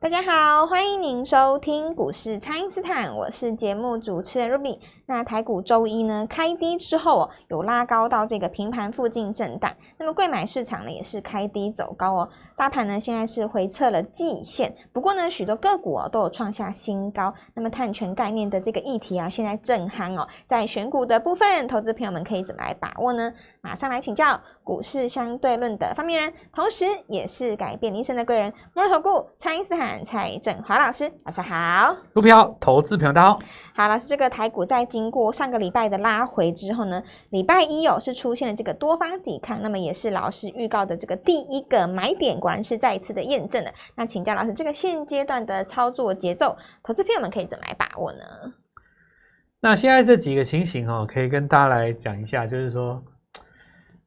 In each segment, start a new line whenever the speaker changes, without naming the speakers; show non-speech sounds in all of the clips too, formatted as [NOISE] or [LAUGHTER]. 大家好，欢迎您收听股市蔡因斯坦，我是节目主持人 Ruby。那台股周一呢开低之后、哦、有拉高到这个平盘附近震荡，那么贵买市场呢也是开低走高哦。大盘呢现在是回测了季线，不过呢许多个股哦都有创下新高。那么碳权概念的这个议题啊，现在正酣哦，在选股的部分，投资朋友们可以怎么来把握呢？马上来请教股市相对论的发明人，同时也是改变一生的贵人——摩尔投顾蔡因斯坦蔡振华老师，老师好。
股票投资频道，
好，老师，这个台股在经过上个礼拜的拉回之后呢，礼拜一哦是出现了这个多方抵抗，那么也是老师预告的这个第一个买点，果然是再一次的验证了。那请教老师，这个现阶段的操作节奏，投资朋友们可以怎么来把握呢？
那现在这几个情形哦，可以跟大家来讲一下，就是说，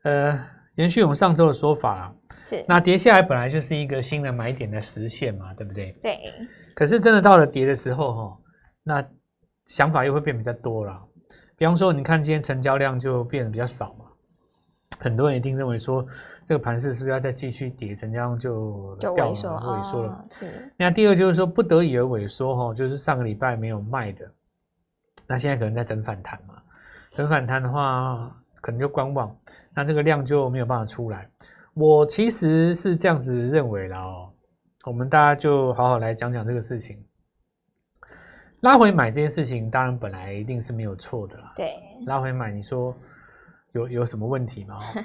呃，延续我们上周的说法啦，
是，
那跌下来本来就是一个新的买点的实现嘛，对不对？
对，
可是真的到了跌的时候哈、哦，那想法又会变比较多啦。比方说，你看今天成交量就变得比较少嘛，很多人一定认为说这个盘势是不是要再继续跌，成交量就
就
掉了
萎缩，
萎缩了。
哦，是，
那第二就是说不得已而萎缩哈、就是上个礼拜没有卖的，那现在可能在等反弹嘛，等反弹的话可能就观望，那这个量就没有办法出来。我其实是这样子认为啦哦，我们大家就好好来讲讲这个事情。拉回买这件事情，当然本来一定是没有错的啦，
对，
拉回买，你说有有什么问题吗？哦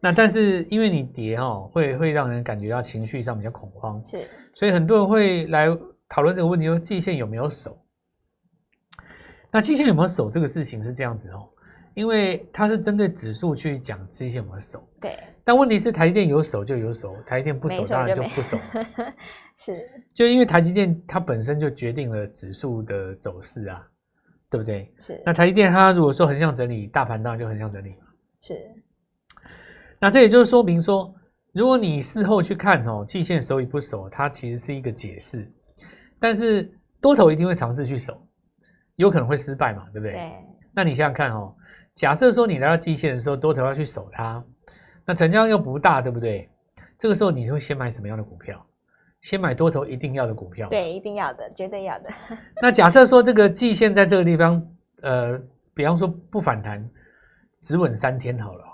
那但是因为你跌哦，会会让人感觉到情绪上比较恐慌，
是，
所以很多人会来讨论这个问题，说季线有没有守？那季线有没有守这个事情是这样子哦，因为它是针对指数去讲季线有没有守，
对，
但问题是台积电有守就有守，台积电不
没
守
守
当然
就
就
没 [LAUGHS]
不守嘛。
是，
就因为台积电它本身就决定了指数的走势啊，对不对？
是
那，台积电它如果说横向整理，大盘当然就横向整理嘛。
是，
那这也就是说明说，如果你事后去看哦，季线守与不守，它其实是一个解释。但是多头一定会尝试去守，有可能会失败嘛，对不对？
对，
那你想想看哦，假设说你来到季线的时候，多头要去守它，那成交量又不大，对不对？这个时候你会先买什么样的股票？先买多头一定要的股票。。
对，一定要的，绝对要的， [LAUGHS]
[LAUGHS] 那假设说这个季线在这个地方，呃，比方说不反弹，只稳三天好了哦。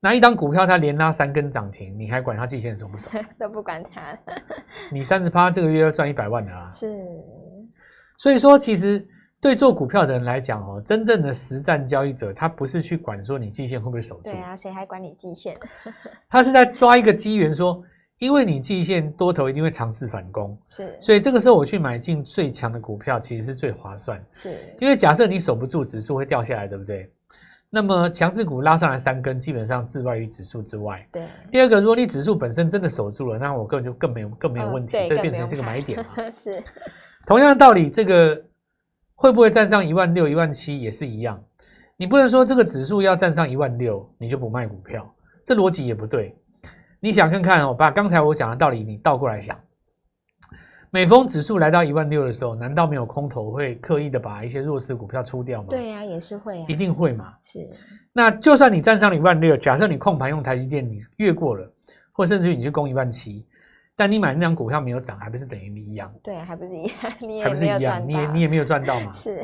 那一档股票它连拉三根涨停，你还管它季线守
[LAUGHS]
不守？
都不管它，
[LAUGHS] 你三十趴这个月要赚一百万的啊！
是，
所以说，其实对做股票的人来讲哦，真正的实战交易者，他不是去管说你季线会不会守住
对，啊，谁还管你季线？
他是在抓一个机缘说，因为你季线多头一定会尝试反攻，
是，
所以这个时候我去买进最强的股票，其实是最划算。
是，
因为假设你守不住，指数会掉下来，对不对？那么强势股拉上来三根，基本上置外于指数之外。
对，
第二个，如果你指数本身真的守住了，那我根本就更没有更没有
嗯
问题，
对
这
更
变
不
成
用
是个
怕
买点嘛。 [LAUGHS]
是，
同样的道理，这个会不会站上一万六、一万七也是一样。你不能说这个指数要站上一万六，你就不卖股票，这逻辑也不对。你想看看哦，把刚才我讲的道理你倒过来想。每逢指数来到一万六的时候，难道没有空头会刻意的把一些弱势股票出掉吗？
对呀、也是会啊
一，定会嘛。
是，
那就算你站上了一万六，假设你控盘用台积电，你越过了，或甚至于你去攻一万七，但你买那张股票没有涨，还不是等于你一样，
对，啊还不是一样，你也
还不是
没有
一
赚
样，你也
到
你也没有赚到嘛。
是，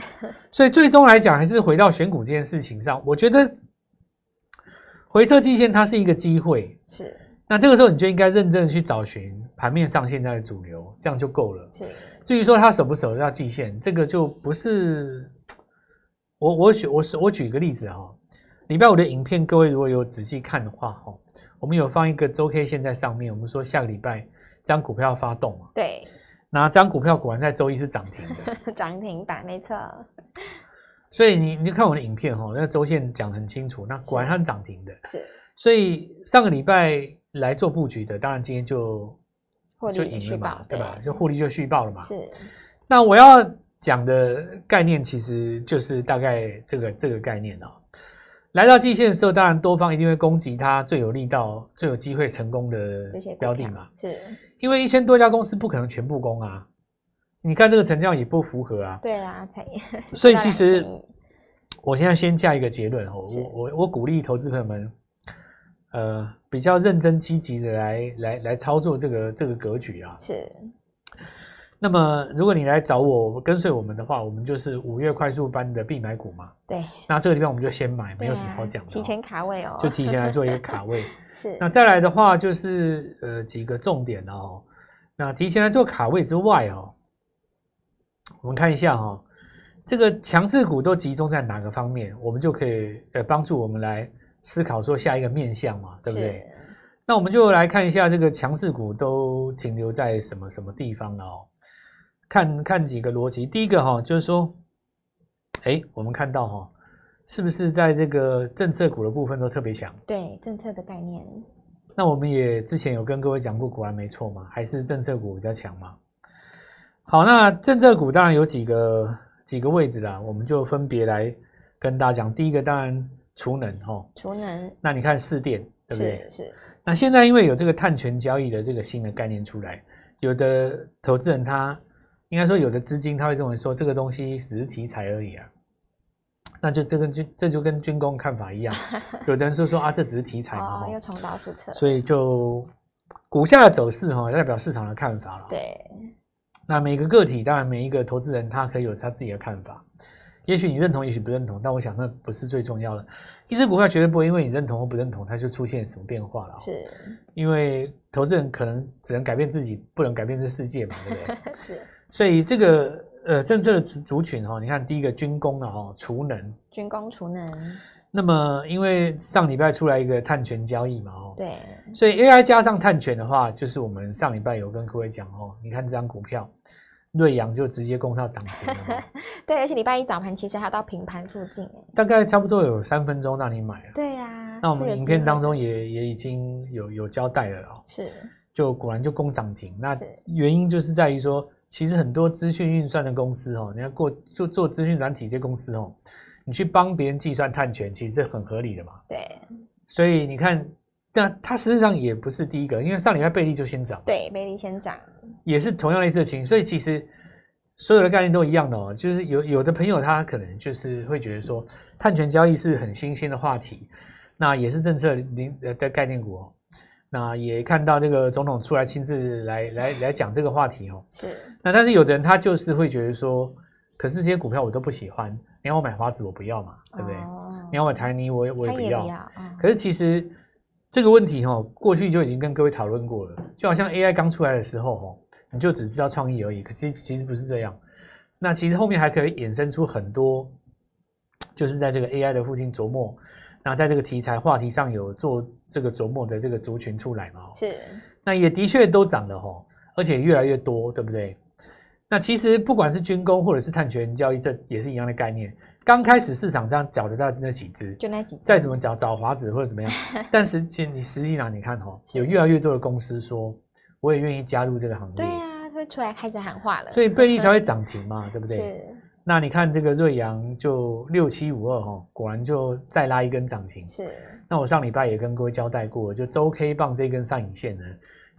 所以最终来讲，还是回到选股这件事情上，我觉得回撤季线它是一个机会。
是，
那这个时候你就应该认真的去找寻盘面上现在的主流，这样就够了。
是，
至于说它守不守得到季线，这个就不是我我举我我举一个例子哈、哦，礼拜五的影片，各位如果有仔细看的话哈、哦，我们有放一个周 K 线在上面，我们说下个礼拜这张股票发动嘛，
对，
那这张股票果然在周一是涨停的，
涨停板没错，
所以你你就看我的影片哈、哦，那个周线讲得很清楚，那果然它是涨停的，
是
所以上个礼拜来做布局的，当然今天就
获
就
利
赢
续
了
报
嘛，，对吧？就获利就续报了嘛，
是，
那我要讲的概念其实就是大概这个这个概念哦。来到季线的时候，当然多方一定会攻击它最有力道、最有机会成功的
这些股
标的
票
嘛，
是，
因为一千多家公司不可能全部攻啊。你看这个成交也不符合啊，
对啊，才，
所以
当
其
然
实
便宜
我现在先下一个结论哦，
是
我我我鼓励投资朋友们，呃，比较认真积极的来来来操作这个这个格局啊。
是，
那么如果你来找我跟随我们的话，我们就是五月快速班的必买股嘛。
对，
那这个地方我们就先买，没
对
有什么
啊
好讲的哦、
提前卡位哦，
就提前来做一个卡位。
是
那再来的话就是呃几个重点哦。那提前来做卡位之外哦，我们看一下哈、哦，这个强势股都集中在哪个方面，我们就可以呃帮助我们来思考说下一个面向嘛，对不对？？那我们就来看一下这个强势股都停留在什么什么地方了哦。看看几个逻辑，第一个哈、就是说，哎，我们看到哈、是不是在这个政策股的部分都特别强？
对政策的概念，
那我们也之前有跟各位讲过，果然没错嘛，还是政策股比较强嘛。好，那政策股当然有几个几个位置啦，我们就分别来跟大家讲。第一个当然储能哦，
储能
那你看市电对不对
是？是，
那现在因为有这个碳权交易的这个新的概念出来，有的投资人他应该说有的资金他会认为说这个东西只是题材而已啊，那就这跟军这就跟军工看法
[LAUGHS]
一样，有的人说说啊这只是题材嘛、
哦，
哦
又重蹈覆辙，
所以就股价的走势哈、代表市场的看法了。，
对，
那每个个体当然每一个投资人他可以有他自己的看法，也许你认同，也许不认同，但我想那不是最重要的。一只股票绝对不会因为你认同或不认同，它就出现什么变化了、哦。
是 [LAUGHS]
因为投资人可能只能改变自己，不能改变这世界嘛，
[LAUGHS]
对不对？
是
所以这个呃政策的族族群哈、哦，你看第一个军工了哈、哦，储能。
军工储能，
那么因为上礼拜出来一个碳权交易嘛，哦，
对，
所以 AI 加上碳权的话，就是我们上礼拜有跟各位讲哦，你看这张股票，瑞阳就直接攻上涨停了嘛，
[LAUGHS] 对，而且礼拜一早盘其实还到平盘附近哎。
大概差不多有三分钟让你买了。
对呀、
那我
是有
们影
机
片
会
当
的
中也也已经有有交代了哦，
是
就果然就攻涨停。那
是
原因就是在于说，其实很多资讯运算的公司哦，你要过做做资讯软体这公司哦，你去帮别人计算碳权，其实是很合理的嘛。
对
所以你看，但它实际上也不是第一个，因为上礼拜贝利就先涨。
对，美丽先涨，
也是同样类似的情形，所以其实所有的概念都一样的哦。就是有有的朋友他可能就是会觉得说，碳权交易是很新兴的话题，那也是政策零呃的概念股哦。那也看到这个总统出来亲自来来来讲这个话题哦。
是
那但是有的人他就是会觉得说，可是这些股票我都不喜欢，你要我买华子我不要嘛，对不对？
哦
你要买台泥我也我也
他
不
也
要
不。要，嗯
可是其实这个问题哈、过去就已经跟各位讨论过了。就好像 AI 刚出来的时候哈、你就只知道创意而已，可其其实不是这样。那其实后面还可以衍生出很多，就是在这个 AI 的附近琢磨，那在这个题材话题上有做这个琢磨的这个族群出来嘛、哦，
是
那也的确都涨了哈、而且越来越多，对不对？那其实不管是军工或者是碳权交易，这也是一样的概念。刚开始市场上找得到那几只，
就那几只
再怎么找找华子或者
[LAUGHS]
怎么样，但是其实你实际上你看哦，
是
有越来越多的公司说我也愿意加入这个行业，
对啊呀、他会出来开始喊话了，
所以贝利才会涨停嘛，对不对？
嗯是
那你看这个瑞阳就六七五二哈，果然就再拉一根涨停。
是
那我上礼拜也跟各位交代过，就周 K 棒这根上影线呢，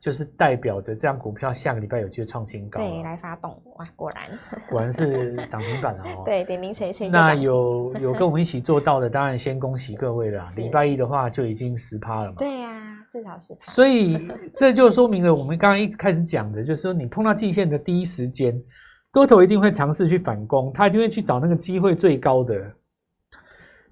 就是代表着这张股票下个礼拜有机会创新高
对
了，
来发动哇，果然
果然是涨停板了哦。
[LAUGHS] 对点名谁谁就
那
涨停
有有跟我们一起做到的，当然先恭喜各位了。
[LAUGHS] 是
礼拜一的话就已经十趴了嘛。
对呀、至少是
所以这就说明了我们刚刚一开始讲的，就是说你碰到季线的第一时间，多头一定会尝试去反攻，他一定会去找那个机会最高的。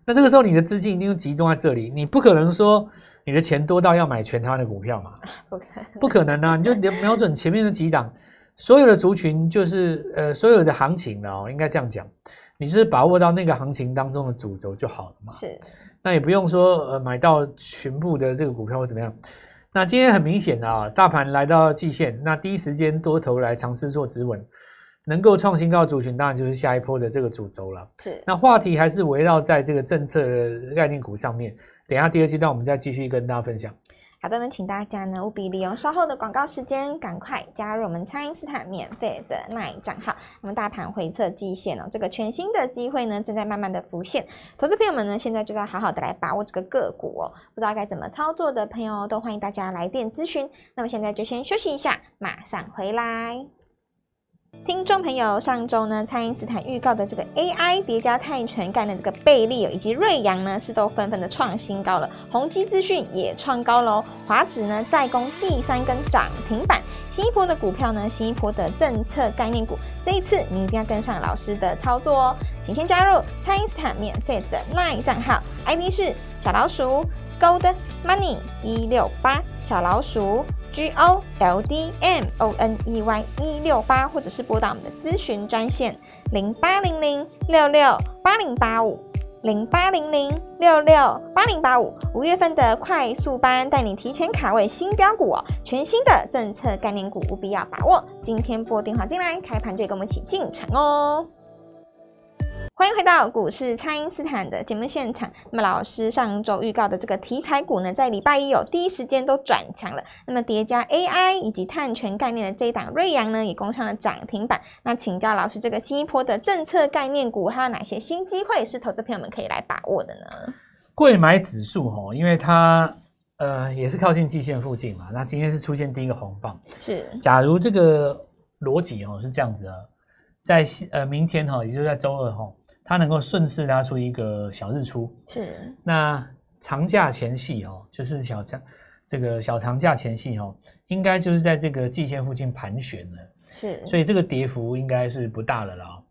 那这个时候你的资金一定集中在这里，你不可能说你的钱多到要买全台湾的股票嘛，
不可能
不可能啊！你就瞄准前面的几档，所有的族群就是呃所有的行情了哦，应该这样讲，你就是把握到那个行情当中的主轴就好了嘛。
是
那也不用说呃买到全部的这个股票或怎么样。那今天很明显的啊，大盘来到季线，那第一时间多头来尝试做止稳，能够创新高的族群，当然就是下一波的这个主轴了。
是
那话题还是围绕在这个政策的概念股上面。等一下第二阶段我们再继续跟大家分享。
好的，我们请大家呢务必利用稍后的广告时间，赶快加入我们蔡因斯坦免费的 LINE 账号。我们大盘回测季线哦，这个全新的机会呢正在慢慢的浮现。投资朋友们呢，现在就要好好的来把握这个个股哦。不知道该怎么操作的朋友，都欢迎大家来电咨询。那么现在就先休息一下，马上回来。听众朋友，上周呢，蔡英斯坦预告的这个 AI 叠加碳权概念，这个贝利哦以及瑞阳呢，是都纷纷的创新高了。宏基资讯也创高喽，华指呢再攻第三根涨停板。新一波的股票呢，新一波的政策概念股，这一次你一定要跟上老师的操作哦。请先加入蔡英斯坦免费的 LINE 账号，ID 是小老鼠 Gold Money 一六八，小老鼠 G O L D M O N E Y 一六八，或者是拨打我们的咨询专线零八零零六六八零八五。零八零零六六八零八五，五月份的快速班带你提前卡位新标股哦，全新的政策概念股务必要把握。今天拨电话进来，开盘就跟我们一起进场哦。欢迎回到股市，蔡因斯坦的节目现场。那么，老师上周预告的这个题材股呢，在礼拜一有第一时间都转强了。那么，叠加 AI 以及碳权概念的这一档瑞阳呢，也攻上了涨停板。那请教老师，这个新一波的政策概念股，还有哪些新机会是投资朋友们可以来把握的呢？
贵买指数哈，因为它呃也是靠近季线附近嘛，那今天是出现第一个红棒。
是
假如这个逻辑哦是这样子啊，在呃明天哈、也就是在周二哈、它能够顺势拉出一个小日出。
是，
那长假前夕哦，就是小长这个小长假前夕哦，应该就是在这个季线附近盘旋了，
是，
所以这个跌幅应该是不大了啦哦。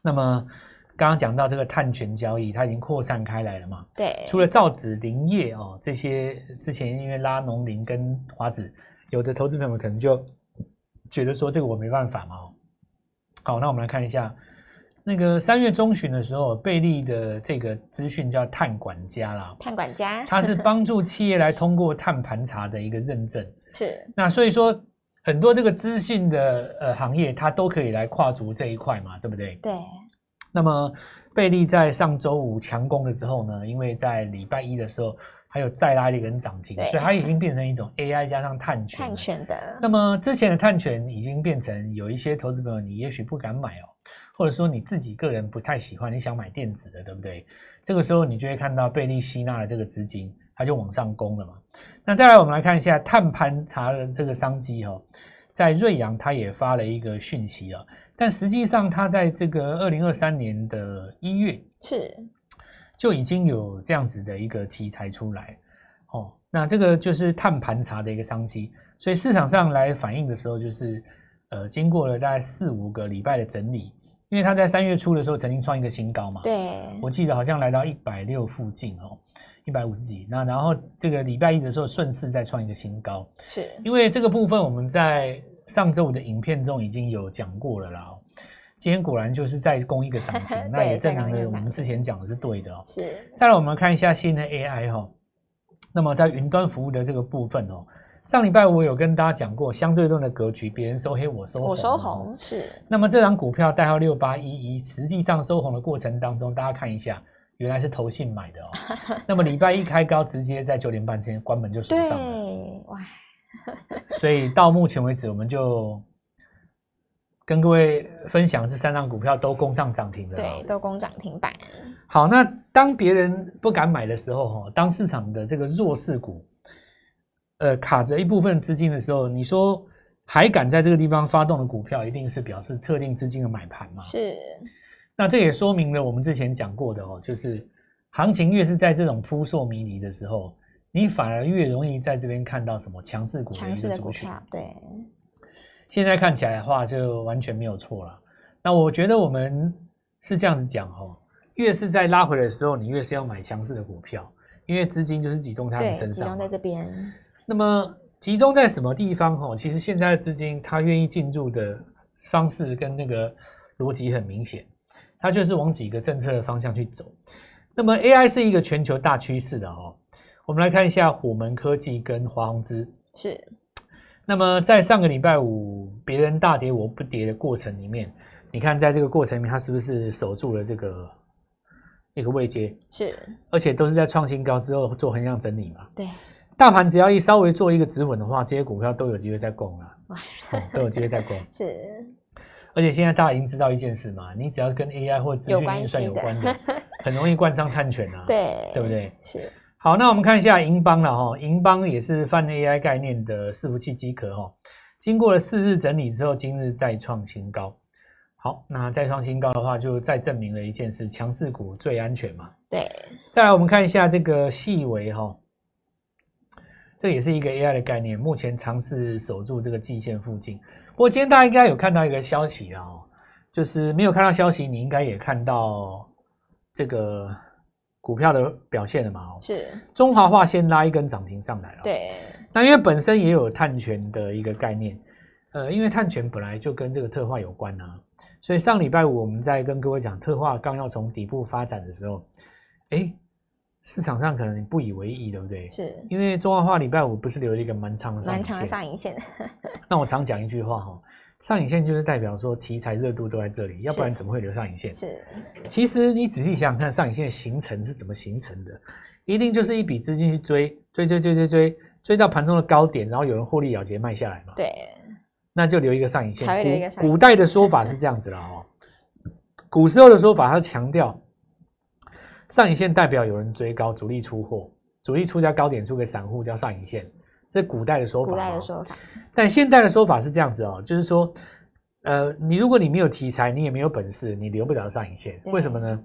那么刚刚讲到这个碳权交易，它已经扩散开来了嘛，
对，
除了造纸、林业哦这些，之前因为拉农林跟华子，有的投资朋友们可能就觉得说这个我没办法嘛、哦。好，那我们来看一下，那个三月中旬的时候，贝利的这个资讯叫碳管家啦，
碳管家，
它是帮助企业来通过碳盘查的一个认证。
是
那所以说，很多这个资讯的呃行业，它都可以来跨足这一块嘛，对不对？
对，
那么贝利在上周五强攻了之后呢，因为在礼拜一的时候，还有再拉了一根涨停
对，
所以它已经变成一种 AI 加上碳权。
碳。权的，
那么之前的碳权已经变成有一些投资朋友你也许不敢买哦，或者说你自己个人不太喜欢，你想买电子的，对不对？这个时候你就会看到贝利吸纳了这个资金，它就往上攻了嘛。那再来我们来看一下碳盘查的这个商机哦，在瑞阳它也发了一个讯息啊、但实际上，它在这个二零二三年的一月
是
就已经有这样子的一个题材出来哦。那这个就是碳盘查的一个商机，所以市场上来反映的时候，就是呃，经过了大概四五个礼拜的整理，因为它在三月初的时候曾经创一个新高嘛，，
对，
我记得好像来到一百六附近哦，一百五十几。那然后这个礼拜一的时候顺势再创一个新高，
是
因为这个部分我们在上周五的影片中已经有讲过了啦哦。今天果然就是再攻一个涨停，
[LAUGHS]
那
对
也证
再攻
明
一个
了我
涨
们之前讲的是对的哦。
是，
再来，我们看一下新的 AI 哈、那么在云端服务的这个部分哦，上礼拜我有跟大家讲过相对论的格局，别人收黑我收红，哦
我收。红是
那么这张股票代号六八一一，实际上收红的过程当中，大家看一下，原来是投信买
[LAUGHS]
的哦。那么礼拜一开高，直接在九点半之前关门就锁上了。
对，哇，
所以到目前为止，我们就跟各位分享这三张股票都攻上涨停了哦
对，
啦。
都攻涨停板，
好，那当别人不敢买的时候，哈，当市场的这个弱势股，呃，卡着一部分资金的时候，你说还敢在这个地方发动的股票，一定是表示特定资金的买盘嘛？
是
那这也说明了我们之前讲过的哦，就是行情越是在这种扑朔迷离的时候，你反而越容易在这边看到什么强势股的
强
一
势
个
的股
族群。
票，对，
现在看起来的话，就完全没有错了。那我觉得我们是这样子讲哦，越是在拉回来的时候，你越是要买强势的股票，因为资金就是集中在他
对
们，身
集
上
中在
嘛。
这边，
那么集中在什么地方哦？其实现在的资金它愿意进入的方式跟那个逻辑很明显，它就是往几个政策的方向去走。那么 AI 是一个全球大趋势的哦。我们来看一下虎门科技跟华宏资，
是
那么在上个礼拜五别人大跌我不跌的过程里面，你看在这个过程里面，它是不是守住了这个一个位阶？
是，
而且都是在创新高之后做横向整理嘛。
对，
大盘只要一稍微做一个止稳的话，这些股票都有机会再攻了、
哇
哦都有机会再攻。
是
而且现在大家已经知道一件事嘛，你只要跟 AI 或资
有
讯
关
运算
系
有
的
关的，很容易冠上碳权
[LAUGHS]
啊。。
对，
对不对？
是
好，那我们看一下银邦了哈，银邦也是泛 AI 概念的伺服器机壳哈，经过了四日整理之后，今日再创新高。好，那再创新高的话，就再证明了一件事：强势股最安全嘛。
对，
再来，我们看一下这个细微哈、这也是一个 AI 的概念，目前尝试守住这个季线附近。不过今天大家应该有看到一个消息啊、哦，就是没有看到消息，你应该也看到这个股票的表现了嘛、哦。
是，
中华化先拉一根涨停上来了、，
对，
那因为本身也有碳权的一个概念，呃，因为碳权本来就跟这个特化有关啊，所以上礼拜五我们在跟各位讲特化刚要从底部发展的时候，哎，市场上可能不以为意，对不对？
是
因为中华化礼拜五不是留了一个蛮长的上
蛮
影
长的
线，
上影线，
那我常讲一句话哈，上影线就是代表说题材热度都在这里，要不然
是
怎么会留上影线？
是
其实你仔细想想看，上影线的形成是怎么形成的？一定就是一笔资金去追，追追追追追，追到盘中的高点，然后有人获利了结卖下来嘛，
对，
那就留一个上影线。
才会留一个上影线
古古代的说法是这样子了哦，古时候的说法，它强调上影线代表有人追高，主力出货，主力出价高点出给散户叫上影线，这是古代的说法、哦。
古代的说法，
但现代的说法是这样子哦，就是说，呃，你如果你没有题材，你也没有本事，你留不了上影线。
对
为什么呢？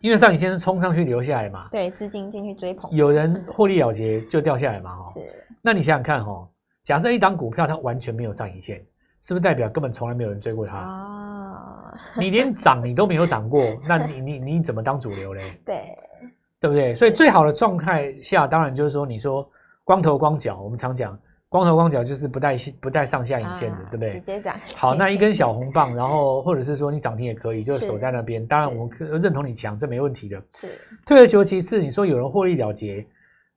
因为上影线是冲上去留下来嘛，
对，资金进去追捧，
有人获利了结就掉下来嘛、哦，
是
那你想想看哦，假设一档股票它完全没有上影线，是不是代表根本从来没有人追过它？
哦啊，
你连涨你都没有涨过，那你你你怎么当主流嘞？
对，
对不对？所以最好的状态下，当然就是说，你说光头光脚，我们常讲光头光脚就是不带不带上下影线的，
啊
对不对
直？接讲，
好，那一根小红棒，然后或者是说你涨停也可以，就是守在那边。当然，
是
我可认同你强，这没问题的。
是
退而求其次，你说有人获利了结，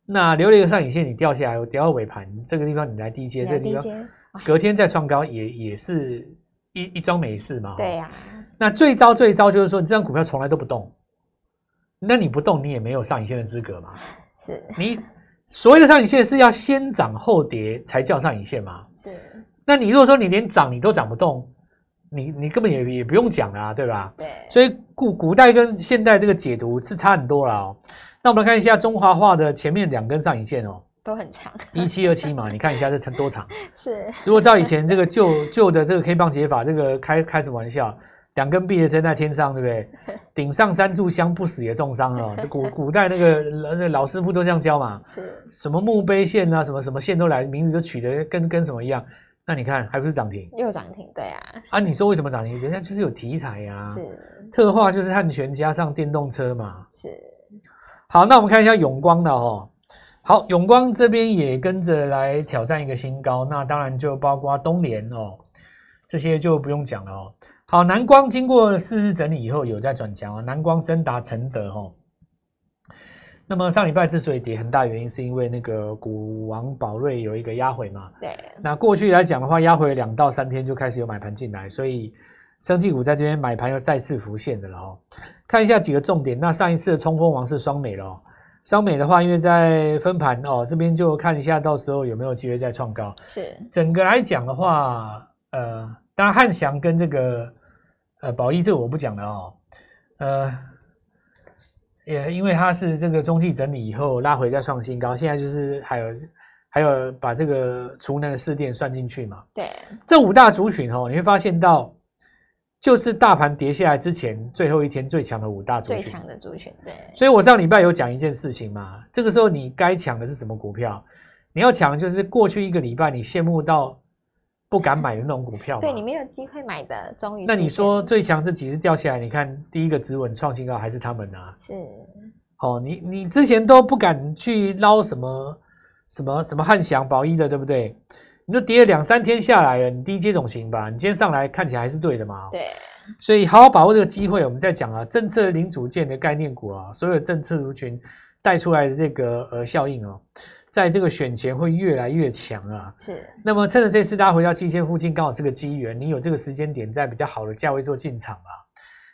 那留了一个上影线，你掉下来，我掉到尾盘这个地方，你来低接，这个
低
地方
阶，
[LAUGHS] 隔天再创高也也是一一桩美事嘛。
对。呀，啊
那最糟最糟就是说，你这张股票从来都不动，那你不动，你也没有上影线的资格嘛。
是
你所谓的上影线是要先涨后跌才叫上影线嘛？
是，
那你如果说你连涨你都涨不动，你你根本也也不用讲啦、对吧？
对，
所以古古代跟现代这个解读是差很多啦、哦。那我们来看一下中华画的前面两根上影线哦，
都很长， [LAUGHS]
一七二七嘛，你看一下这长多长？
是
如果照以前这个旧旧的这个 K 棒解法，这个开开什么玩笑？两根臂的针在天上，对不对？顶上三炷香，不死也重伤了哦。这古古代那个老那老师傅都这样教嘛。
是，
什么墓碑线啊，什么什么线都来，名字都取得跟跟什么一样。那你看还不是涨停？
又涨停，对啊，
啊，你说为什么涨停？人家就是有题材呀、
是
特化就是碳权加上电动车嘛。
是，
好，那我们看一下永光的哦。好，永光这边也跟着来挑战一个新高，那当然就包括东联哦，这些就不用讲了哦。好，南光经过四日整理以后有在转强哦，南光、森达、承德哦。那么上礼拜之所以跌，很大原因是因为那个股王宝瑞有一个压回嘛，
对，
那过去来讲的话，压回两到三天就开始有买盘进来，所以生技股在这边买盘又再次浮现的了哦。看一下几个重点，那上一次的冲锋王是双美了哦，双美的话，因为在分盘哦，这边就看一下到时候有没有机会再创高。
是
整个来讲的话，呃，当然汉翔跟这个呃宝益这个我不讲了哦，呃，也因为它是这个中继整理以后拉回再创新高，现在就是还有还有把这个储能的试电算进去嘛，
对，
这五大族群哦，你会发现到就是大盘跌下来之前最后一天最强的五大族
最
群。
强的族群，对，
所以我上礼拜有讲一件事情嘛，这个时候你该抢的是什么股票？你要抢的就是过去一个礼拜你羡慕到不敢买的那种股票嘛。
对你没有机会买的，终于出现，
那你说最强这几只掉下来，你看第一个指纹创新高还是他们啊？
是
哦，你你之前都不敢去捞什么什么什么汉翔、宝一的，对不对？你都跌了两三天下来了，你低阶总行吧？你今天上来看起来还是对的嘛？
对，
所以好好把握这个机会，我们再讲啊，政策零组件的概念股啊，所有政策族群带出来的这个呃效应哦，在这个选前会越来越强啊。
是
那么趁着这次大家回到期线附近，刚好是个机缘，你有这个时间点在比较好的价位做进场啊。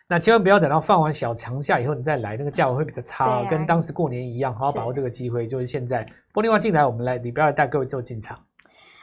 那千万不要等到放完小长假以后你再来，那个价位会比较差哦、
对啊
跟当时过年一样。好好把握这个机会，就是现在。玻璃化进来，我们来礼拜二带各位做进场。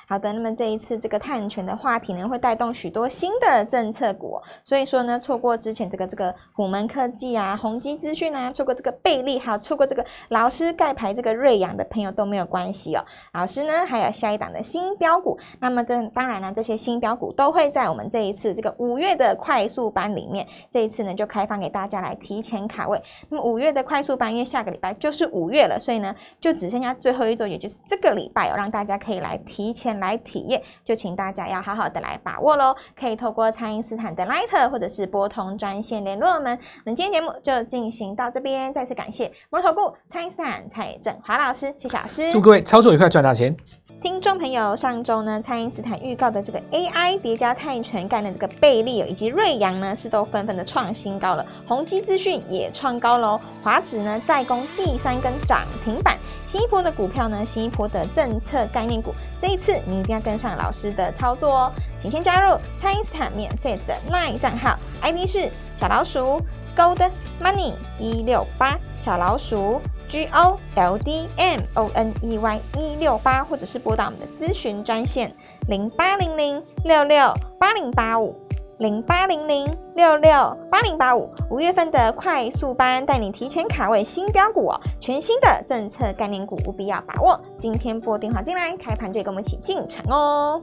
好的，那么这一次这个碳权的话题呢，会带动许多新的政策股哦、所以说呢，错过之前这个这个虎门科技啊、宏基资讯啊，错过这个贝利，还有错过这个劳斯盖牌这个瑞阳的朋友都没有关系哦。老师呢，还有下一档的新标股，那么这当然呢，这些新标股都会在我们这一次这个五月的快速班里面，这一次呢就开放给大家来提前卡位。那么五月的快速班，因为下个礼拜就是五月了，所以呢就只剩下最后一周，也就是这个礼拜哦，让大家可以来提前来体验，就请大家要好好的来把握喽。可以透过蔡因斯坦的 Light 或者是拨通专线联络我们。那么今天节目就进行到这边，再次感谢摩头顾蔡因斯坦蔡振华老师，谢谢老师，
祝各位操作愉快，赚大钱！
听众朋友，上周呢，蔡因斯坦预告的这个 AI 叠加碳权概念，这个贝利以及瑞阳呢，是都纷纷的创新高了。宏基资讯也创高喽，华指呢再攻第三根涨停板。新一波的股票呢，新一波的政策概念股，这一次你一定要跟上老师的操作哦。请先加入蔡因斯坦免费的 LINE 账号，ID 是小老鼠 Gold Money 一六八小老鼠 G O L D M O N E Y 一六八，或者是拨打我们的咨询专线零八零零六六八零八五零八零零六六八零八五。五月份的快速班带你提前卡位新标股哦，全新的政策概念股务必要把握。今天拨电话进来，开盘就跟我们一起进场哦。